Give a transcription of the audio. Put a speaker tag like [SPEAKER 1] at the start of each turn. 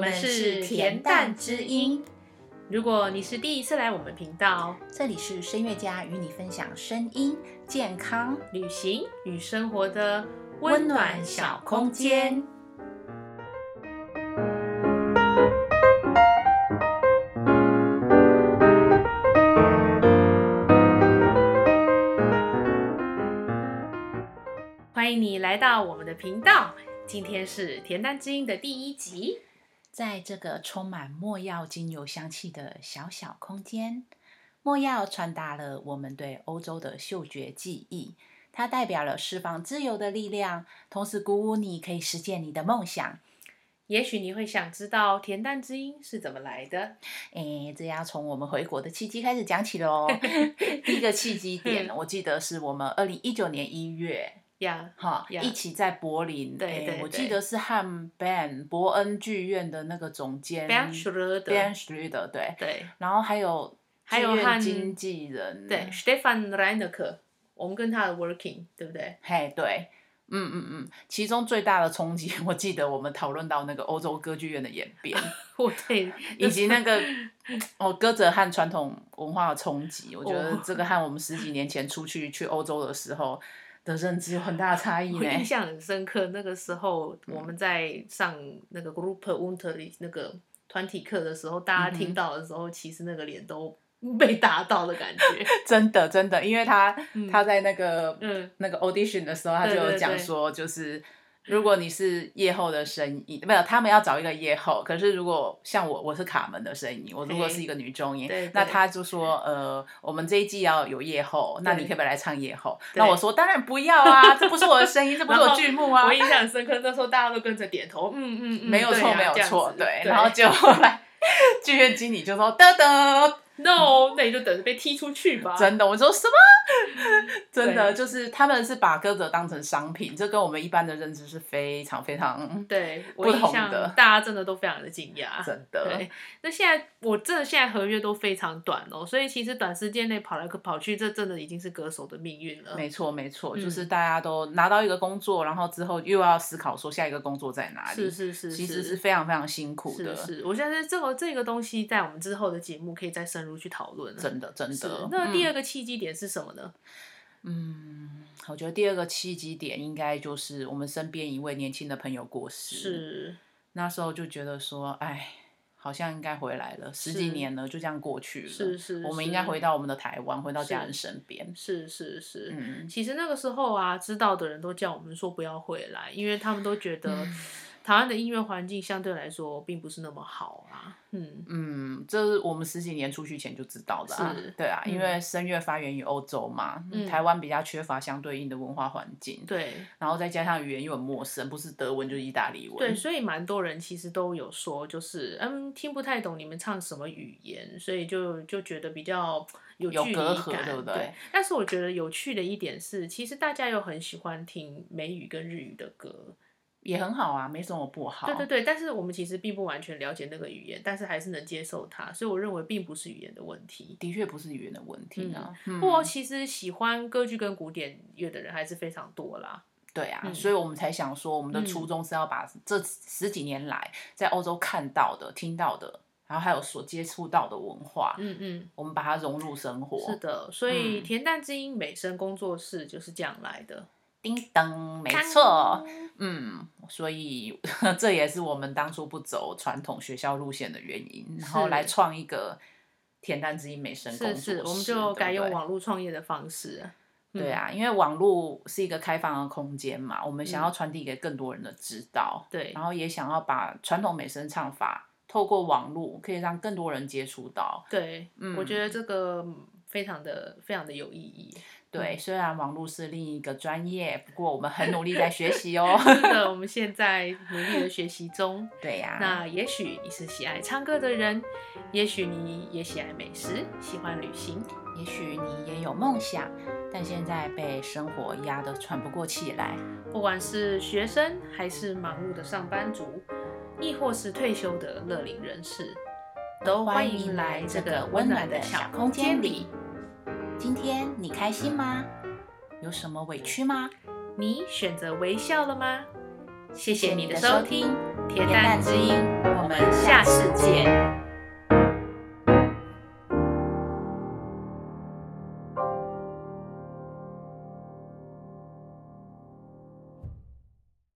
[SPEAKER 1] 们是恬淡之音。
[SPEAKER 2] 如果你是第一次来我们频道，
[SPEAKER 1] 这里是声乐家与你分享声音、健康
[SPEAKER 2] 旅行与生活的
[SPEAKER 1] 温暖小空间。。
[SPEAKER 2] 欢迎你来到我们的频道，今天是恬淡之音的第一集。
[SPEAKER 1] 在这个充满墨药精油香气的小小空间，墨药传达了我们对欧洲的嗅觉记忆，它代表了释放自由的力量，同时鼓舞你可以实现你的梦想。
[SPEAKER 2] 也许你会想知道恬淡之音是怎么来的，
[SPEAKER 1] 诶，这要从我们回国的契机开始讲起 喽。第一个契机点，我记得是我们二零一九年一月，
[SPEAKER 2] 呀、
[SPEAKER 1] 哈
[SPEAKER 2] Yeah.
[SPEAKER 1] 一起在柏林，
[SPEAKER 2] 对
[SPEAKER 1] 诶
[SPEAKER 2] 对
[SPEAKER 1] 我
[SPEAKER 2] 对
[SPEAKER 1] 记得是汉 Ben 伯恩剧院的那个总监
[SPEAKER 2] b a n s c h r ö d e
[SPEAKER 1] Ben
[SPEAKER 2] r
[SPEAKER 1] 嗯 Schröder，对，
[SPEAKER 2] 对
[SPEAKER 1] 然后还有
[SPEAKER 2] 还有
[SPEAKER 1] 剧院
[SPEAKER 2] 和
[SPEAKER 1] 经纪人，
[SPEAKER 2] 对、s t e f a n Reinecke，我们跟他的 working，对不对？
[SPEAKER 1] 嘿，对。嗯嗯嗯，其中最大的冲击， 我记得我们讨论到那个欧洲歌剧院的演变，
[SPEAKER 2] 我 对，
[SPEAKER 1] 以及那个 哦歌者和传统文化的冲击，我觉得
[SPEAKER 2] 哦
[SPEAKER 1] 这个和我们十几年前出去去欧洲的时候的认知有很大的差异
[SPEAKER 2] 我印
[SPEAKER 1] 呢。
[SPEAKER 2] 象很深刻，那个时候
[SPEAKER 1] 嗯
[SPEAKER 2] 我们在上那个 group winter 那个团体课的时候，
[SPEAKER 1] 嗯
[SPEAKER 2] 大家听到的时候，其实那个脸都 被打到 的感觉。
[SPEAKER 1] 真的真的，因为他、
[SPEAKER 2] 嗯
[SPEAKER 1] 他在那个
[SPEAKER 2] 嗯，
[SPEAKER 1] 那个 audition 的时候，他就
[SPEAKER 2] 对对
[SPEAKER 1] 有
[SPEAKER 2] 对
[SPEAKER 1] 讲说，就是如果你是夜后的声音，没有，他们要找一个夜后。可是如果像我，我是卡门的声音，我如果
[SPEAKER 2] 对
[SPEAKER 1] 是一个女中音
[SPEAKER 2] 对对，
[SPEAKER 1] 那他就说，呃，我们这一季要有夜后，那你可不可以来唱夜后？
[SPEAKER 2] 对
[SPEAKER 1] 那我说当然不要啊，这不是我的声音，这不是我剧目啊
[SPEAKER 2] 我，印象很深刻，那时候大家都跟着点头，嗯嗯嗯，
[SPEAKER 1] 没有
[SPEAKER 2] 对
[SPEAKER 1] 错，
[SPEAKER 2] 啊
[SPEAKER 1] 没有
[SPEAKER 2] 这样
[SPEAKER 1] 错
[SPEAKER 2] 子，
[SPEAKER 1] 对
[SPEAKER 2] 对。。
[SPEAKER 1] 然后就后来。剧院经理就说：“噔噔，
[SPEAKER 2] no，那你就等着被踢出去吧。
[SPEAKER 1] 嗯真的，我说什么？ 真的
[SPEAKER 2] 对
[SPEAKER 1] 就是他们是把歌者当成商品，这跟我们一般的认知是非常非常
[SPEAKER 2] 对，我
[SPEAKER 1] 不
[SPEAKER 2] 印
[SPEAKER 1] 同
[SPEAKER 2] 象
[SPEAKER 1] 的
[SPEAKER 2] 大家真的都非常的惊讶。
[SPEAKER 1] 真的
[SPEAKER 2] 啊对，那现在我真的现在合约都非常短哦，所以其实短时间内跑来跑去，这真的已经是歌手的命运了。
[SPEAKER 1] 没错，没错，
[SPEAKER 2] 嗯
[SPEAKER 1] 就是大家都拿到一个工作，然后之后又要思考说下一个工作在哪里，
[SPEAKER 2] 是是是，
[SPEAKER 1] 其实是非常非常辛苦的，
[SPEAKER 2] 是是，我觉得这个这个东西在我们之后的节目可以再深入去讨论了。
[SPEAKER 1] 真的真
[SPEAKER 2] 是
[SPEAKER 1] 的。嗯
[SPEAKER 2] 那第
[SPEAKER 1] 二，
[SPEAKER 2] 二个契机点是什么呢？
[SPEAKER 1] 嗯，我觉得第二个契机点应该就是我们身边一位年轻的朋友过世，
[SPEAKER 2] 是
[SPEAKER 1] 那时候就觉得说，哎，好像应该回来了，十几
[SPEAKER 2] 是
[SPEAKER 1] 年了，就这样过去了，
[SPEAKER 2] 是是，
[SPEAKER 1] 我们
[SPEAKER 2] 是
[SPEAKER 1] 应该回到我们的台湾，回到家人身边。
[SPEAKER 2] 是是是。
[SPEAKER 1] 嗯，
[SPEAKER 2] 其实那个时候啊，知道的人都叫我们说不要回来，因为他们都觉得
[SPEAKER 1] 嗯
[SPEAKER 2] 台湾的音乐环境相对来说并不是那么好啊。嗯，
[SPEAKER 1] 嗯，这是我们十几年出去前就知道的、啊
[SPEAKER 2] 是，
[SPEAKER 1] 对啊，
[SPEAKER 2] 嗯
[SPEAKER 1] 因为声乐发源于欧洲嘛，
[SPEAKER 2] 嗯
[SPEAKER 1] 台湾比较缺乏相对应的文化环境，
[SPEAKER 2] 对
[SPEAKER 1] 然后再加上语言又很陌生，不是德文就是意大利文，
[SPEAKER 2] 对，所以蛮多人其实都有说，就是嗯听不太懂你们唱什么语言，所以就就觉得比较有
[SPEAKER 1] 有
[SPEAKER 2] 距离
[SPEAKER 1] 隔阂
[SPEAKER 2] 感，
[SPEAKER 1] 对不对
[SPEAKER 2] 但是我觉得有趣的一点是，其实大家又很喜欢听美语跟日语的歌，
[SPEAKER 1] 也很好啊，没什么不好。
[SPEAKER 2] 对对对，但是我们其实并不完全了解那个语言，但是还是能接受它，所以我认为并不是语言的问题。
[SPEAKER 1] 的确不是语言的问题啊，嗯
[SPEAKER 2] 不过其实喜欢歌剧跟古典乐的人还是非常多啦。
[SPEAKER 1] 对啊，
[SPEAKER 2] 嗯
[SPEAKER 1] 所以我们才想说，我们的初衷是要把这十几年来在欧洲看到的、听到的，然后还有所接触到的文化，
[SPEAKER 2] 嗯嗯，
[SPEAKER 1] 我们把它融入生活。
[SPEAKER 2] 是的，所以
[SPEAKER 1] 嗯
[SPEAKER 2] 恬淡之音美声工作室就是这样来的。
[SPEAKER 1] 叮当，没错，嗯，所以 这也是我们当初不走传统学校路线的原因，然后
[SPEAKER 2] 是
[SPEAKER 1] 来创一个恬淡之音美声工作
[SPEAKER 2] 是是
[SPEAKER 1] 室，，
[SPEAKER 2] 我们就改用
[SPEAKER 1] 对不对
[SPEAKER 2] 网络创业的方式。嗯
[SPEAKER 1] 对啊，因为网络是一个开放的空间嘛，我们想要传递给更多人的知道，
[SPEAKER 2] 对
[SPEAKER 1] 然后也想要把传统美声唱法透过网络可以让更多人接触到。
[SPEAKER 2] 对，
[SPEAKER 1] 嗯
[SPEAKER 2] 我觉得这个嗯非常的非常的有意义。
[SPEAKER 1] 对，虽然网络是另一个专业，不过我们很努力在学习 哦。
[SPEAKER 2] 是的，我们现在努力的学习中。
[SPEAKER 1] 对呀、
[SPEAKER 2] 那也许你是喜爱唱歌的人，也许你也喜爱美食，喜欢旅行。
[SPEAKER 1] 也许你也有梦想，但现在被生活压得喘不过气来。
[SPEAKER 2] 不管是学生还是忙碌的上班族，亦或是退休的乐龄人士，
[SPEAKER 1] 都
[SPEAKER 2] 欢迎来这个温暖的小空间里。
[SPEAKER 1] 今天你开心吗？有什么委屈吗？
[SPEAKER 2] 你选择微笑了吗？谢谢你的收听，
[SPEAKER 3] 铁
[SPEAKER 2] 蛋
[SPEAKER 3] 蛋
[SPEAKER 2] 之
[SPEAKER 3] 之
[SPEAKER 2] 音
[SPEAKER 3] 音，
[SPEAKER 2] 我们下次见。